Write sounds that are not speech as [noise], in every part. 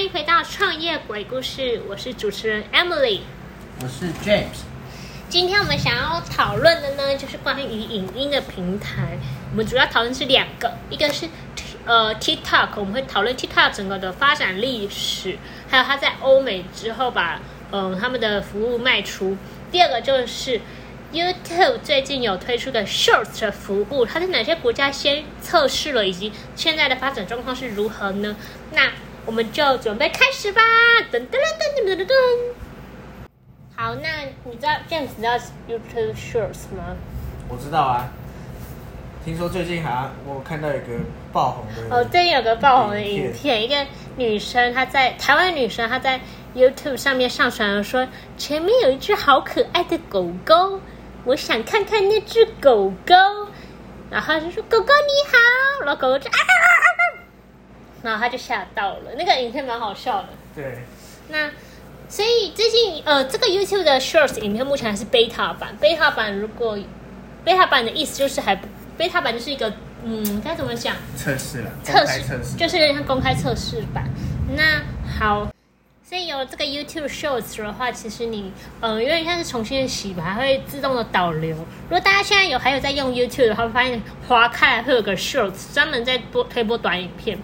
迎回到创业鬼故事，我是主持人 Emily。我是 James。今天我们想要讨论的呢，就是关于影音的平台。我们主要讨论是两个，一个是 T- 呃 TikTok，我们会讨论 TikTok 整个的发展历史，还有它在欧美之后把嗯、呃他们的服务卖出。第二个就是 YouTube 最近有推出的 Shorts 的服务，它在哪些国家先测试了，以及现在的发展状况是如何呢？那我们就准备开始吧！噔噔噔噔噔噔噔。好，那你知道 James 知道 YouTube Shorts 吗？我知道啊，听说最近好像我看到有个爆红的，哦，最近有个爆红的影影片，一个女生她在台湾女生她在 YouTube 上面上传了说，前面有一只好可爱的狗狗，我想看看那只狗狗，然后就说狗狗你好，然后狗狗就啊啊啊啊啊，然后她就吓到了，那个影片蛮好笑的。对，那所以最近呃，这个 YouTube 的 Shorts 影片目前还是 beta 版，beta 版如果 beta 版的意思就是还不 beta 版就是一个嗯该怎么讲测试了，公测开试，测试，就是有点像公开测试版。那好。所以有了这个 YouTube Shorts 的话，其实你，嗯、呃，有点像是重新洗吧，它会自动的导流。如果大家现在有还有在用 YouTube 的话，会发现划开来会有个 Shorts，专门在播推播短影片。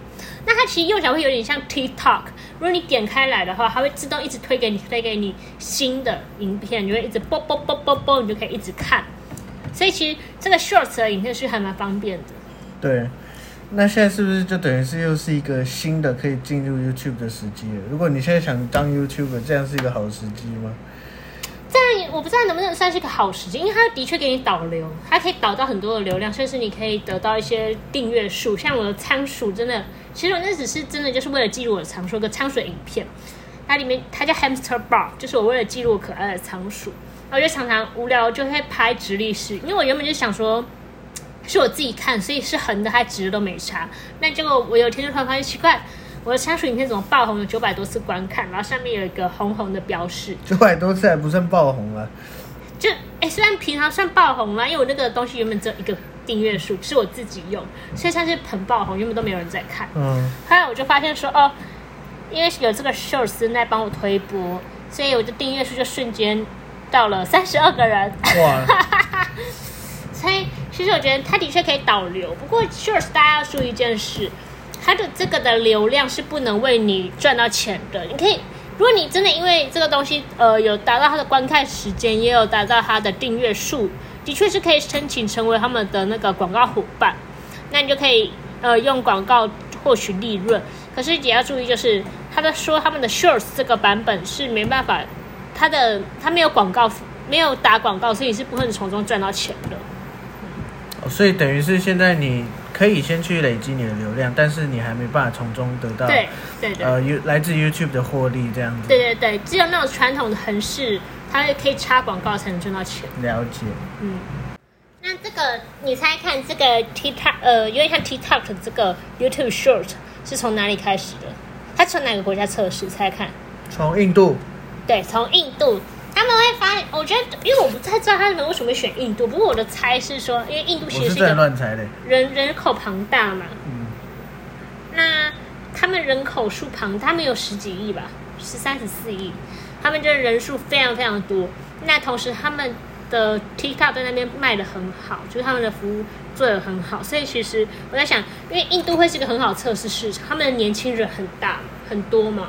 那它其实用起来会有点像 TikTok，如果你点开来的话，它会自动一直推给你推给你新的影片，你就会一直啵啵啵啵啵，你就可以一直看。所以其实这个 Shorts 的影片是还蛮方便的。对。那现在是不是就等于是又是一个新的可以进入 YouTube 的时机了？如果你现在想当 YouTuber，这样是一个好时机吗？这样我不知道能不能算是个好时机，因为它的确给你导流，它可以导到很多的流量，甚至你可以得到一些订阅数。像我的仓鼠真的，其实我那只是真的就是为了记录我的仓鼠，有个仓鼠的影片，它里面它叫 Hamster Bar，就是我为了记录我可爱的仓鼠。然后我就常常无聊就会拍直立式，因为我原本就想说。是我自己看，所以是横的还直的都没差。那结果我有一天就突然发现奇怪，我的仓鼠影片怎么爆红了九百多次观看，然后上面有一个红红的标示，九百多次还不算爆红了，就哎、诶虽然平常算爆红啦，因为我那个东西原本只有一个订阅数，是我自己用，所以算是很爆红，原本都没有人在看。嗯，后来我就发现说，哦，因为有这个 Shorts 在帮我推播，所以我的订阅数就瞬间到了三十二个人。 [laughs] 哇，所以其实我觉得它的确可以导流，不过 Shorts 大家要注意一件事，它的这个的流量是不能为你赚到钱的。你可以，如果你真的因为这个东西，呃，有达到它的观看时间，也有达到它的订阅数，的确是可以申请成为他们的那个广告伙伴，那你就可以呃用广告获取利润。可是也要注意，就是他的说他们的 Shorts 这个版本是没办法，它的它没有广告，没有打广告，所以你是不会从中赚到钱的。哦所以等于是现在你可以先去累积你的流量，但是你还没办法从中得到对对对、呃 You 来自 YouTube 的获利这样子。对对对，只有那种传统的横式，它可以插广告才能赚到钱。了解，嗯，那这个你猜看，这个 TikTok 呃，有点像 TikTok 的这个 YouTube Short 是从哪里开始的？它从哪个国家测试？猜看。从印度对，从印度。他们会发现，我觉得，因为我不太知道他们为什么会选印度，不过我的猜是说，因为印度我其实是是一在个乱猜的，人人口庞大嘛，嗯，那他们人口数庞，他们有十几亿吧，十三十四亿，他们这人数非常非常多。那同时他们的 TikTok 在那边卖的很好，就是他们的服务做的很好，所以其实我在想，因为印度会是一个很好的测试市场，他们的年轻人很大很多嘛，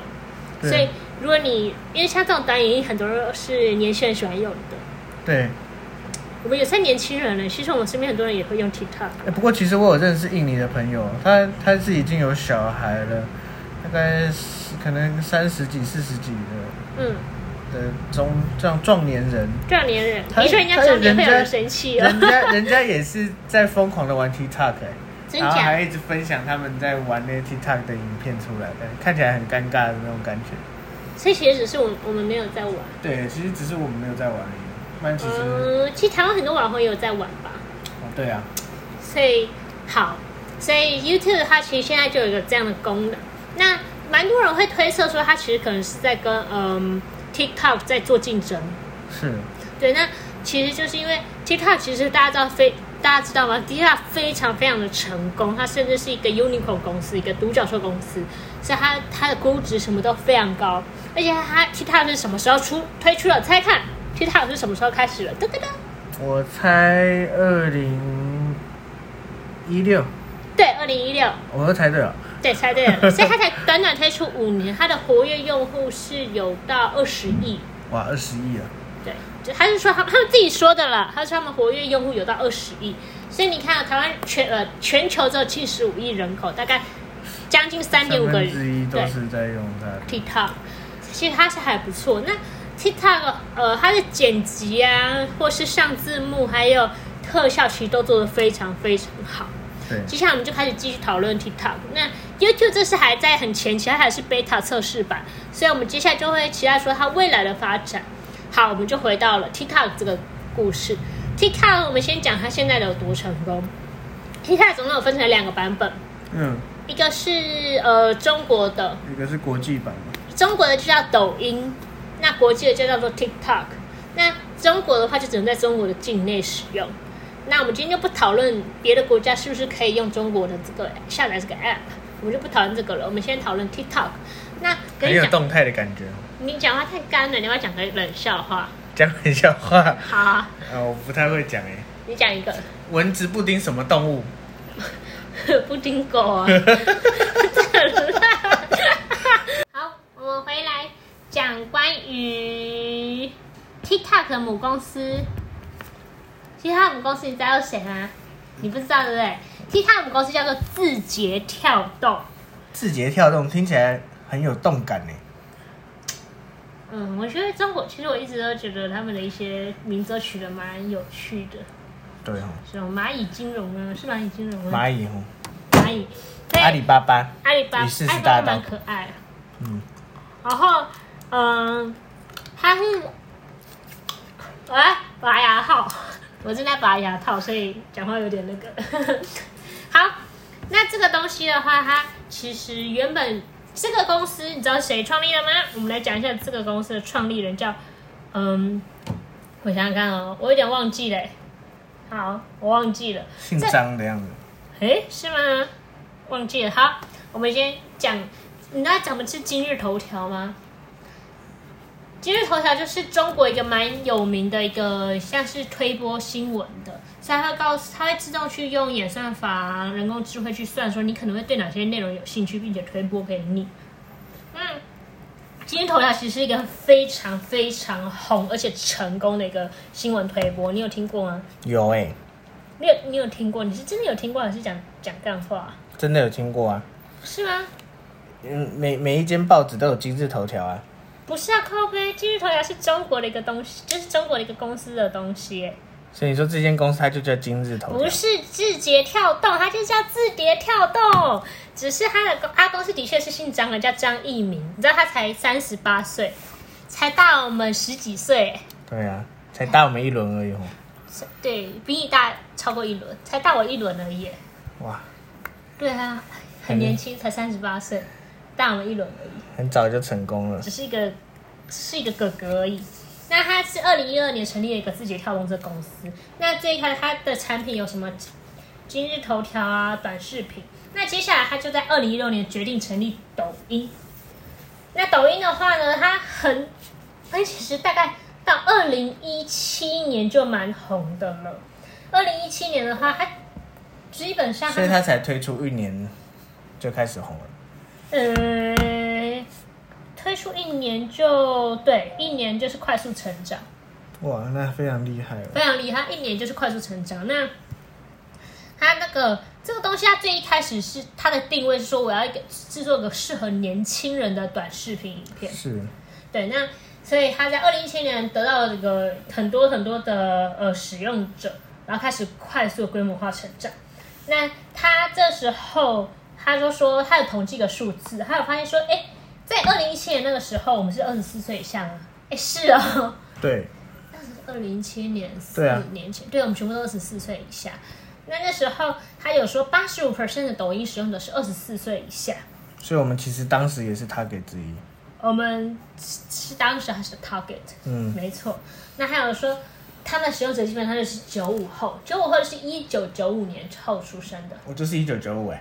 对所以如果你因为像这种短影音，很多是年轻人喜欢用的。对。我们有些年轻人呢，其实我们身边很多人也会用 TikTok。欸不过其实我有认识印尼的朋友，他他是已经有小孩了，大概是可能三十几、四十几的嗯，的中这样壮年人，壮年人，他你说人家他壮年会有人人家生气哦。人家人家也是在疯狂的玩 TikTok，、欸、真然后假还一直分享他们在玩那些 TikTok 的影片出来，欸看起来很尴尬的那种感觉。所以其实只是我我们没有在玩。对，其实只是我们没有在玩而已，不然其实、嗯，其实台湾很多网红也有在玩吧。哦对啊，所以好，所以 YouTube 它其实现在就有一个这样的功能。那蛮多人会推测说，它其实可能是在跟嗯 TikTok 在做竞争。是对，那其实就是因为 TikTok 其实大家知道非。大家知道吗？DeFi 非常非常的成功，它甚至是一个 unicorn 公司，一个独角兽公司，所以它它的估值什么都非常高。而且它 TikTok 是什么时候出推出了？猜看 TikTok 是什么时候开始了？噔噔噔，我猜二零一六，对，二零一六，我又猜对了。对，猜对了。所以它才短短推出五年，它的活跃用户是有到二十亿。哇，二十亿啊！对，就他是说他他们自己说的了，他说他们活跃用户有到二十亿，所以你看、啊、台湾全呃全球只有七十五亿人口，大概将近三点五个三分之一人都对是在用它的。 TikTok，其实它是还不错。那 TikTok 呃它的剪辑啊，或是上字幕，还有特效，其实都做得非常非常好。对，接下来我们就开始继续讨论 TikTok。那 YouTube 这次还在很前期，它还是 beta 测试版，所以我们接下来就会期待说它未来的发展。好，我们就回到了 TikTok 这个故事。TikTok 我们先讲它现在的有多成功。TikTok 总共有分成两个版本，嗯，一个是呃中国的，一个是国际版嘛，中国的就叫抖音，那国际的就叫做 TikTok。那中国的话就只能在中国的境内使用。那我们今天就不讨论别的国家是不是可以用中国的这个下载这个 app，我们就不讨论这个了。我们先讨论 TikTok。那跟很你有讲，动态的感觉。你讲话太干了，你要不要讲个冷笑话？讲冷笑话啊，好啊，我不太会讲哎。你讲一个蚊子布丁什么动物？ [laughs] 布丁狗啊，真的很烂好，我们回来讲关于 TikTok 的母公司。TikTok 母公司你知道有谁吗？你不知道对不对？TikTok 母公司叫做字节跳动。字节跳动听起来很有动感哎。嗯，我觉得中国其实我一直都觉得他们的一些名字都取得蛮有趣的，对哦，什么蚂蚁金融啊，是蚂蚁金融吗？蚂蚁哦，蚂蚁，对，啊阿里巴巴，阿里巴巴，阿与世里是巴巴大道蛮。可爱的。嗯，然后，嗯，他是，我在拔牙套，我正在拔牙套，所以讲话有点那个。 [laughs] 好，那这个东西的话，它其实原本这个公司，你知道谁创立的吗？我们来讲一下这个公司的创立人叫，嗯，我想想看哦，我有点忘记嘞。好，我忘记了。姓张的样子。诶，是吗？忘记了。好，我们先讲，你知道咱们是今日头条吗？今日头条就是中国一个蛮有名的一个像是推播新闻的，所以它会告诉，它会自动去用演算法啊、人工智慧去算说你可能会对哪些内容有兴趣，并且推播给你。嗯，今日头条其实是一个非常非常红而且成功的一个新闻推播，你有听过吗？有哎，你有你有听过？你是真的有听过，还是讲讲干话啊？真的有听过啊。是吗？嗯，每每一间报纸都有今日头条啊。不是啊，靠背，今日头条是中国的一个东西，就是中国的一个公司的东西耶。所以你说这间公司它就叫今日头不条？是字节跳动，它就叫字节跳动，只是它的公阿公司的确是姓张的，叫张一鸣。你知道他才三十八岁，才大我们十几岁耶，对啊，才大我们一轮而已哦。是对比你大超过一轮，才大我一轮而已耶。哇，对啊，很年轻，才三十八岁，大我们一轮而已。很早就成功了只。是一个只是一个哥哥而已。那它是二零一二年成立了一个字节跳动这公司。那最一开始它的产品有什么？今日头条啊，短视频。那接下来它就在二零一六年决定成立抖音。那抖音的话呢，它很，它其实大概到二零一七年就蛮红的了。二零一七年的话，它基本 [laughs] 上所以它才推出一年就开始红了。呃，推出一年就对，一年就是快速成长，哇，那非常厉害哦。非常厉害，一年就是快速成长。那它那个这个东西，它最一开始是它的定位是说，我要一个制作个适合年轻人的短视频影片。是，对，那所以他在二零一七年得到了这个很多很多的呃使用者，然后开始快速规模化成长。那他这时候他就说，他有统计个数字，他有发现说，哎，在二零一七年那个时候，我们是二十四岁以下啊，哎，是哦。对， [laughs] 二零一七年，四对啊年前，对,、我们全部都二十四岁以下。那那时候他有说，八十五 percent 的抖音使用者是二十四岁以下。所以我们其实当时也是 target 之一。我们是是当时还是 target，嗯没错。那还有说，他们的使用者基本上就是九五后，九五后是一九九五年后出生的，我就是一九九五哎，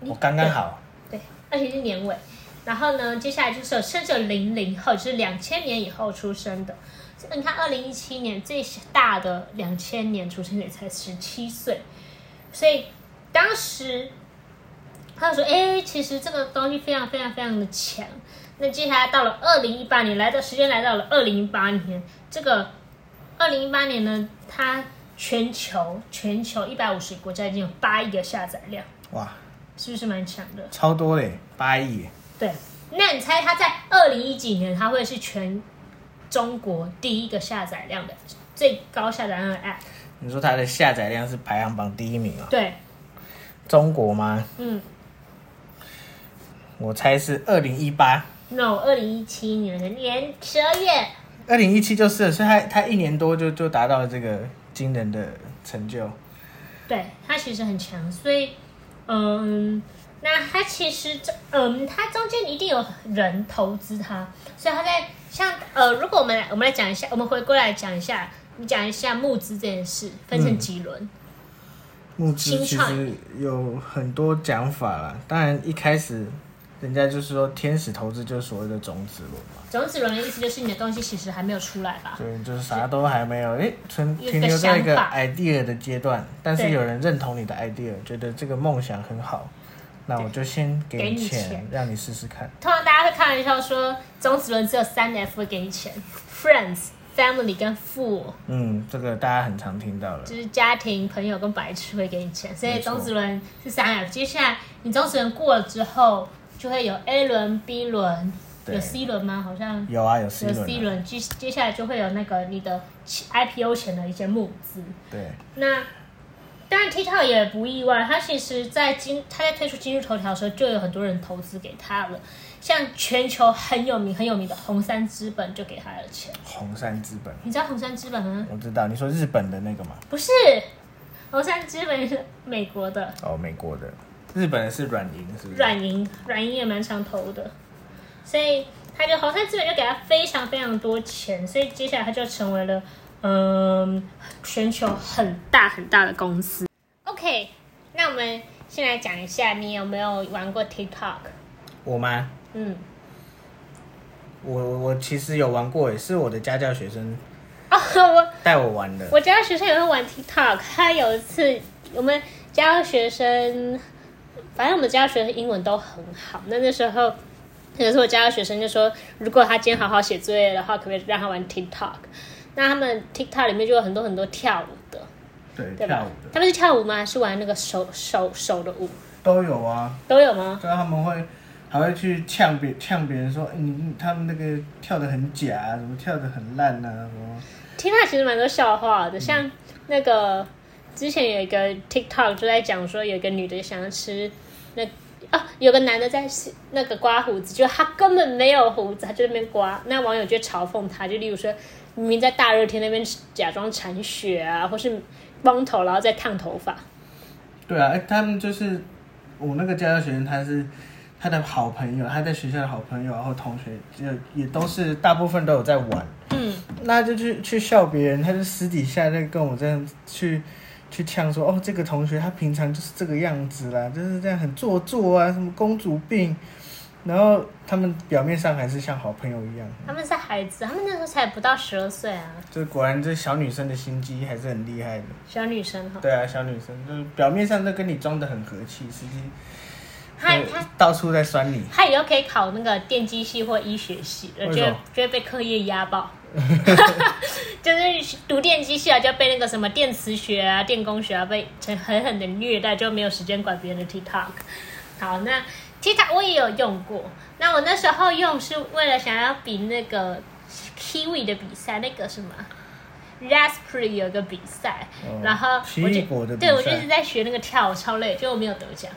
我刚刚好。对，而且是年尾。然后呢，接下来就是有甚至有零零后，就是两千年以后出生的。这个你看，二零一七年最大的两千年出生也才十七岁，所以当时他说：“哎，其实这个东西非常非常非常的强。”那接下来到了二零一八年，来到时间来到了二零一八年，这个二零一八年呢，它全球全球一百五十国家已经有八亿的下载量，哇，是不是蛮强的？超多嘞，八亿耶，对，那你猜它在二零一几年，它会是全中国第一个下载量的最高下载量的 app？你说它的下载量是排行榜第一名啊、对，中国吗？嗯我猜是二零一八， ，no，二零一七年的年十二月，二零一七就是了，所以它它一年多就就达到了这个惊人的成就。对，它其实很强，所以嗯，那它其实这嗯，它中间一定有人投资它，所以它在像呃，如果我们来我们来讲一下，我们回过来讲一下，你讲一下募资这件事，分成几轮。募资其新创实有很多讲法啦，当然一开始人家就是说天使投资就是所谓的种子轮嘛，种子轮的意思就是你的东西其实还没有出来吧？对，就是啥都还没有，诶，存有个停留在一个想法 idea 的阶段，但是对有人认同你的 idea，觉得这个梦想很好，那我就先给给你你钱，钱让你试试看。通常大家会开玩笑说，种子轮只有三 F 会给你钱：friends、family 跟 fool，嗯，这个大家很常听到了。就是家庭、朋友跟白痴会给你钱。所以没错种子轮是三 F。接下来你种子轮过了之后，就会有 A 轮、B 轮，对有 C 轮吗？好像有啊，有 C 有轮啊、 C 轮。接接下来就会有那个你的 IPO 前的一些募资。对，那当然，TikTok 也不意外，它其实在今它在推出今日头条的时候，就有很多人投资给它了，像全球很有名很有名的红杉资本就给它了钱。红杉资本，你知道红杉资本吗？我知道，你说日本的那个嘛？不是，红杉资本是美国的，哦，美国的，日本的是软银，是不是？软银软银也蛮常投的，所以他就红杉资本就给他非常非常多钱，所以接下来他就成为了嗯全球很大很大的公司。OK，那我们先来讲一下，你有没有玩过 TikTok？我吗？嗯，我我其实有玩过，也是我的家教学生哦，我带我玩的。我家学生也会玩 TikTok，他有一次我们家学生，反正我们家学生英文都很好，那那时候。那时候我家学生就说，如果他今天好好写作业的话，可不可以让他玩 TikTok？那他们 TikTok 里面就有很多很多跳舞的，对，对吧？他们是跳舞吗？还是玩那个手手手的舞都有啊，都有吗？对啊，他们会还会去呛别呛别人说，欸你你他们那个跳的很假、啊，怎么跳的很烂啊，什么？听到其实蛮多笑话的，像那个之前有一个 TikTok 就在讲说，有一个女的想要吃那啊，有个男的在吃那个刮胡子，就他根本没有胡子，他就在那边刮，那网友就嘲讽他，就例如说，明明在大热天那边假装铲雪啊，或是光头然后再烫头发，对啊，欸他们就是我那个家教学生，他是他的好朋友，他在学校的好朋友，然后同学就也都是大部分都有在玩。嗯，那就去去笑别人，他就私底下在跟我这样去去呛说，哦，这个同学他平常就是这个样子啦，就是这样很做作啊，什么公主病。然后他们表面上还是像好朋友一样，他们是孩子，他们那时候才不到十二岁啊，就果然这小女生的心机还是很厉害的。小女生哈，对啊，小女生就是表面上都跟你装的很和气，实际她呃她到处在酸你。他以后可以考那个电机系或医学系，呃为就什么会就会被课业压 [laughs] 爆。 [laughs] 就是读电机系啊，就被那个什么电磁学啊、电工学啊被狠狠狠的虐待，就没有时间管别人的 TikTok。好，那 TikTok 我也有用过，那我那时候用是为了想要比那个 Kiwi 的比赛，那个什么 Raspberry 有个比赛，哦然后奇我异就果的比对我就赛一直在学那个跳舞，超累，结果没有得奖。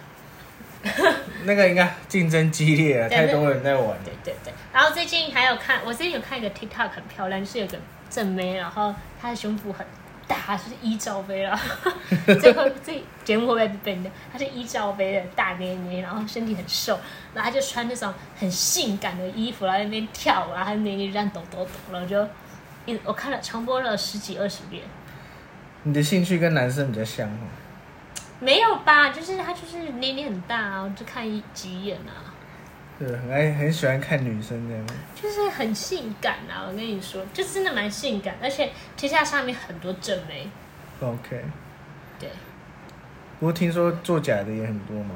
那个应该竞争激烈了，对太多人在玩了对。对对，然后最近还有看，我最近有看一个 TikTok 很漂亮，就是有个正妹，然后她的胸部很大，就是一罩杯了。最后这节目会不会被 ban 掉？她是一罩杯的大妹妹，然后身体很瘦，然后她就啊穿那种很性感的衣服，然后在那边跳舞，然后她那边就这样抖抖抖，然后就因为我看了重播了十几二十遍，你的兴趣跟男生比较像哦。没有吧？就是他就是年龄很大啊，我就看一几眼啊，对，很爱很喜欢看女生这样。就是很性感啊！我跟你说，就真的蛮性感，而且天下上面很多正妹， OK，对，不过听说做假的也很多嘛，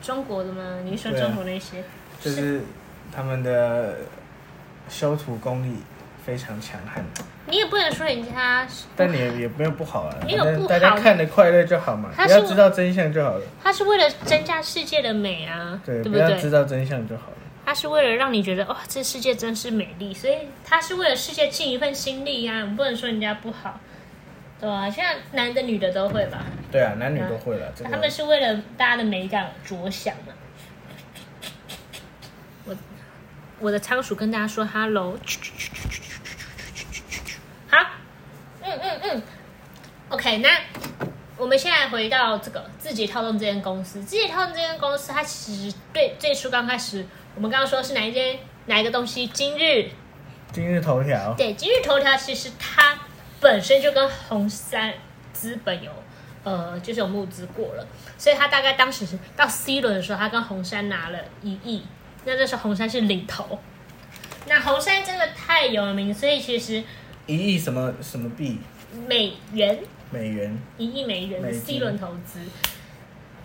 中国的吗？你说对啊中国那些？就是他们的修图功力非常强悍，你也不能说人家是，但也也没有不好啊，没有不好大家看的快乐就好嘛，他不是要知道真相就好了，他是为了增加世界的美啊，对，不不要对？知道真相就好了。他是为了让你觉得哇，这世界真是美丽，所以他是为了世界尽一份心力呀、啊，你不能说人家不好，对吧、现在男的女的都会吧，对啊，男女都会了，这他们个是为了大家的美感着想嘛。我我的仓鼠跟大家说 hello，好，嗯嗯嗯，OK，那我们现在回到这个字节跳动这间公司，字节跳动这间公司，它其实对最初刚开始，我们刚刚说是哪一间哪一个东西，今日今日头条，对，今日头条其实它本身就跟红杉资本有呃，就是有募资过了，所以它大概当时是到 C 轮的时候，它跟红杉拿了一亿，那那时候红杉是领头。那红杉真的太有名，所以其实一亿什么什么币美元美元，一亿美元的美金 C 轮投资。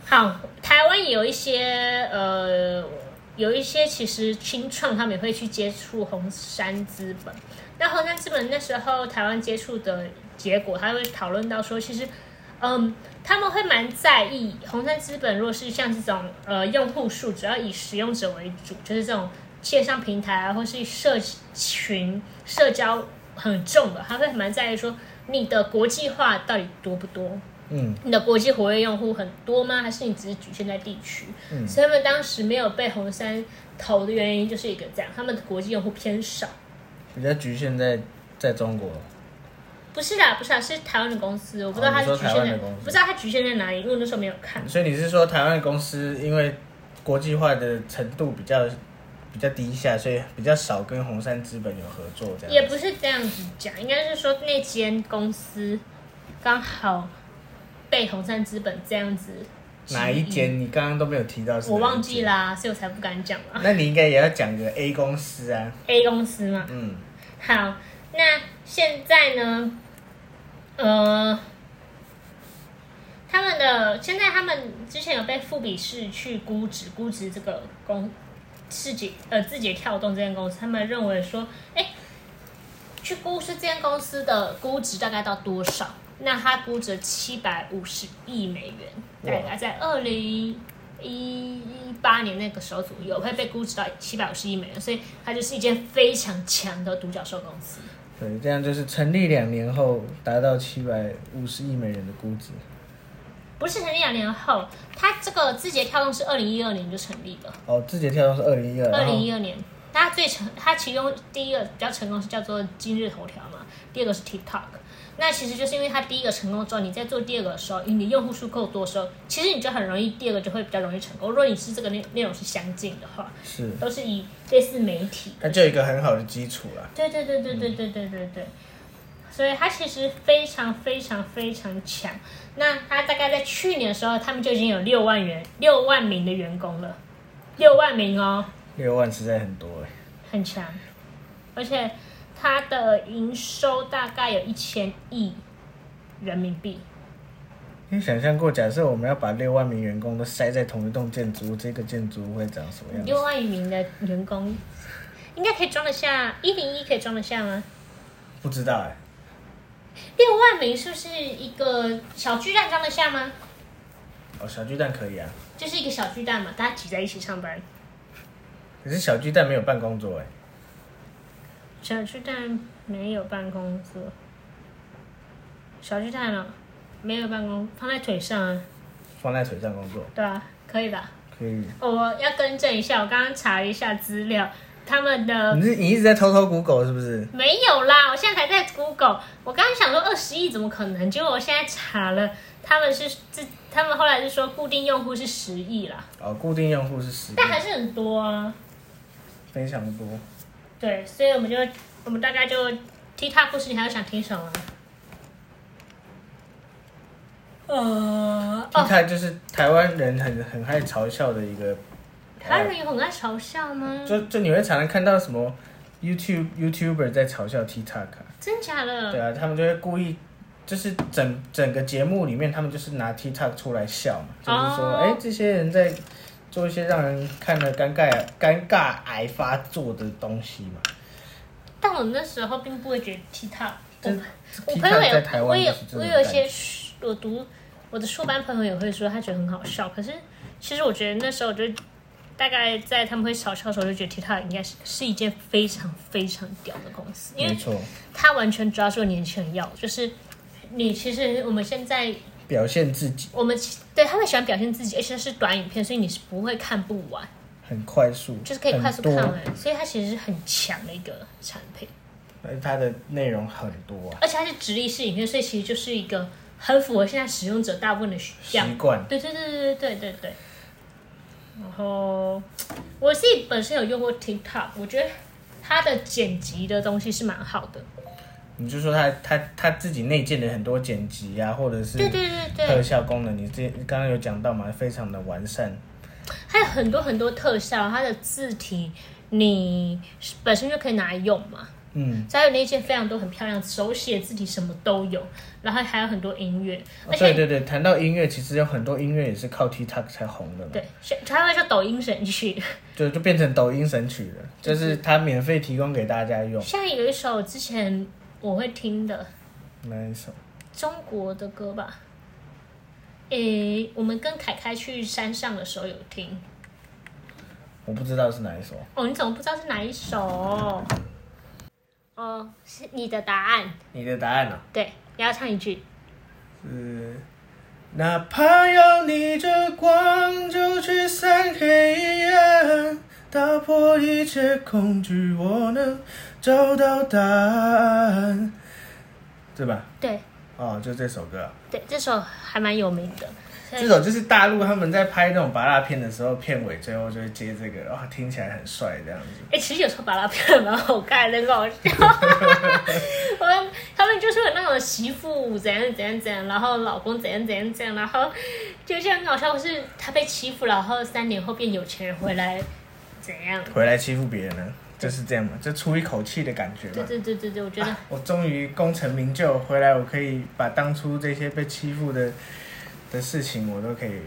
好，台湾也有一些呃，有一些其实清创他们也会去接触红杉资本。那红杉资本那时候台湾接触的结果，他会讨论到说，其实嗯，他们会蛮在意红杉资本，如果是像这种呃用户数，主要以使用者为主，就是这种线上平台啊，或是社群社交很重的，他会蛮在意说你的国际化到底多不多，嗯，你的国际活跃用户很多吗？还是你只是局限在地区？嗯所以他们当时没有被红杉投的原因就是一个这样，他们的国际用户偏少。比较局限在在中国，不是啦，不是啦，是台湾的公司，我不知道哦它你是说局限台湾在的公，司不知道它局限在哪里，因为我那时候没有看。所以你是说台湾的公司因为国际化的程度比较比较低下，所以比较少跟红杉资本有合作这样？也不是这样子讲，应该是说那间公司刚好被红杉资本这样子质疑哪一？间？你刚刚都没有提到是哪一嗯间我忘记。啦，所以我才不敢讲嘛。那你应该也要讲个 A 公司啊， A 公司嘛，嗯，好，那现在呢？呃，他们的现在他们之前有被富比士去估值，估值这个公字节呃字节跳动这间公司，他们认为说，哎、去估是这间公司的估值大概到多少？那它估值七百五十亿美元，大概在二零一八年那个时候左右会被估值到七百五十亿美元，所以它就是一间非常强的独角兽公司。对，这样就是成立两年后达到七百五十亿美元的估值。不是成立两年后，它这个字节跳动是二零一二年就成立的，哦，字节跳动是二零一二，二零一二，二年。那它最成，它其中第一个比较成功是叫做今日头条嘛，第二个是 TikTok。那其实就是因为它第一个成功之后，你在做第二个的时候，你用户数够多的时候，其实你就很容易第二个就会比较容易成功。如果你是这个内内容是相近的话，是，都是以类似媒体它就有一个很好的基础啦。对对对对对对对对对，所以它其实非常非常非常强。那它大概在去年的时候，他们就已经有六万元六万名的员工了，六万名哦，六万实在很多哎，很强。而且它的营收大概有一千亿人民币，你有想象过，假设我们要把六万名员工都塞在同一栋建筑物，这个建筑物会长什么样子？六万名的员工应该可以装得下一零一可以装得下吗？不知道哎，六万名是不是一个小巨蛋装得下吗？哦，小巨蛋可以啊，就是一个小巨蛋嘛，大家挤在一起上班。可是小巨蛋没有办公桌哎，小巨蛋没有办公桌，小巨蛋了、没有办公，放在腿上啊，放在腿上工作对啊，可以吧？可以。哦我要更正一下，我刚刚查了一下资料，他们的你是你一直在偷偷 Google 是不是？没有啦，我现在才在 Google，我刚刚想说二十亿怎么可能，结果我现在查了，他们是这，他们后来是说固定用户是十亿啦，哦，固定用户是十亿，但还哦是很多啊。非常多。对，所以我们就我们大概就 TikTok 故事，你还有想听什么？呃， T 哦，台就是台湾人很很爱嘲笑的一个，台湾人有很爱嘲笑吗？就就你会常常看到什么 YouTube YouTuber 在嘲笑 TikTok，、啊、真假对的？啊，他们就会故意，就是整整个节目里面，他们就是拿 TikTok 出来笑嘛，就是说，哦哎、这些人在做一些让人看了尴尬尴尬癌发作的东西嘛。但我那时候并不会觉得 TikTok，这我我 TikTok 朋友在也台，我湾也就是这我种有一感些觉我读我的硕班朋友也会说，他觉得很好笑。可是其实我觉得那时候我就大概在他们会嘲笑的时候，就觉得 TikTok 应该是是一件非常非常屌的公司，因没为错，他完全抓住年轻人要，就是你其实我们现在表现自己我们其对他们喜欢表现自己，而且是短影片，所以你是不会看不完，很快速，就是可以快速很看多完，所以它其实是很强的一个产品，而它的内容很多、啊，而且它是直立式影片，所以其实就是一个很符合现在使用者大部分的需习要。惯对对对对对对对。然后我自己本身有用过 TikTok，我觉得它的剪辑的东西是蛮好的。嗯你就说他他他自己内建的很多剪辑啊，或者是对对对对，特效功能，你这刚刚有讲到嘛，非常的完善。还有很多很多特效，它的字体你本身就可以拿来用嘛。嗯，还有那些非常多很漂亮手写字体，什么都有，然后还有很多音乐，而且哦对对对，谈到音乐，其实有很多音乐也是靠 TikTok 才红的嘛，对，是台湾叫抖音神曲。就就变成抖音神曲了，就是它免费提供给大家用。像有一首之前我会听的那一首？中国的歌吧，诶，我们跟凯凯去山上的时候有听。我不知道是哪一首。哦，你怎么不知道是哪一首？哦，是你的答案。你的答案啊呢、对，你要唱一句。是，哪怕要逆着光，就去散黑夜暗，打破一切恐惧，我能找到答案，对吧？对哦，就这首歌啊、对，这首还蛮有名的。所以这首就是大陆他们在拍那种拔蜡片的时候，片尾最后就会接这个，哇、听起来很帅这样子。哎、其实有时候把拉片蛮好看的，很搞笑。我们他们就是有那种媳妇怎样怎样怎样，然后老公怎样怎样怎样，然后就像很搞笑，是他被欺负，然后三年后变有钱人回来怎样？回来欺负别人呢，就是这样嘛，就出一口气的感觉嘛。对对对对对，我觉得啊我终于功成名就回来，我可以把当初这些被欺负的的事情，我都可以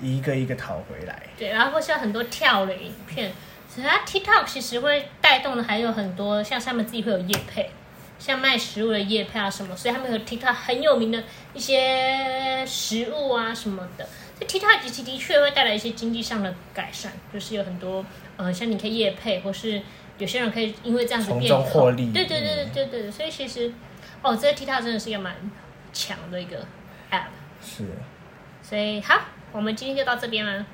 一个一个讨回来。对，然后或是有很多跳的影片，其实它 TikTok 其实会带动的还有很多，像他们自己会有业配，像卖食物的业配啊什么，所以他们有 TikTok 很有名的一些食物啊什么的。所以 TikTok 其实的确会带来一些经济上的改善，就是有很多呃，像你可以业配，或是有些人可以因为这样子从变中红获利对对对对对对，所以其实哦，这个 TikTok 真的是一个蛮强的一个 app。是，所以好，我们今天就到这边了。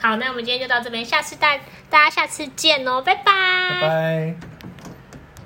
好，那我们今天就到这边，下次大大家下次见哦，拜拜拜拜。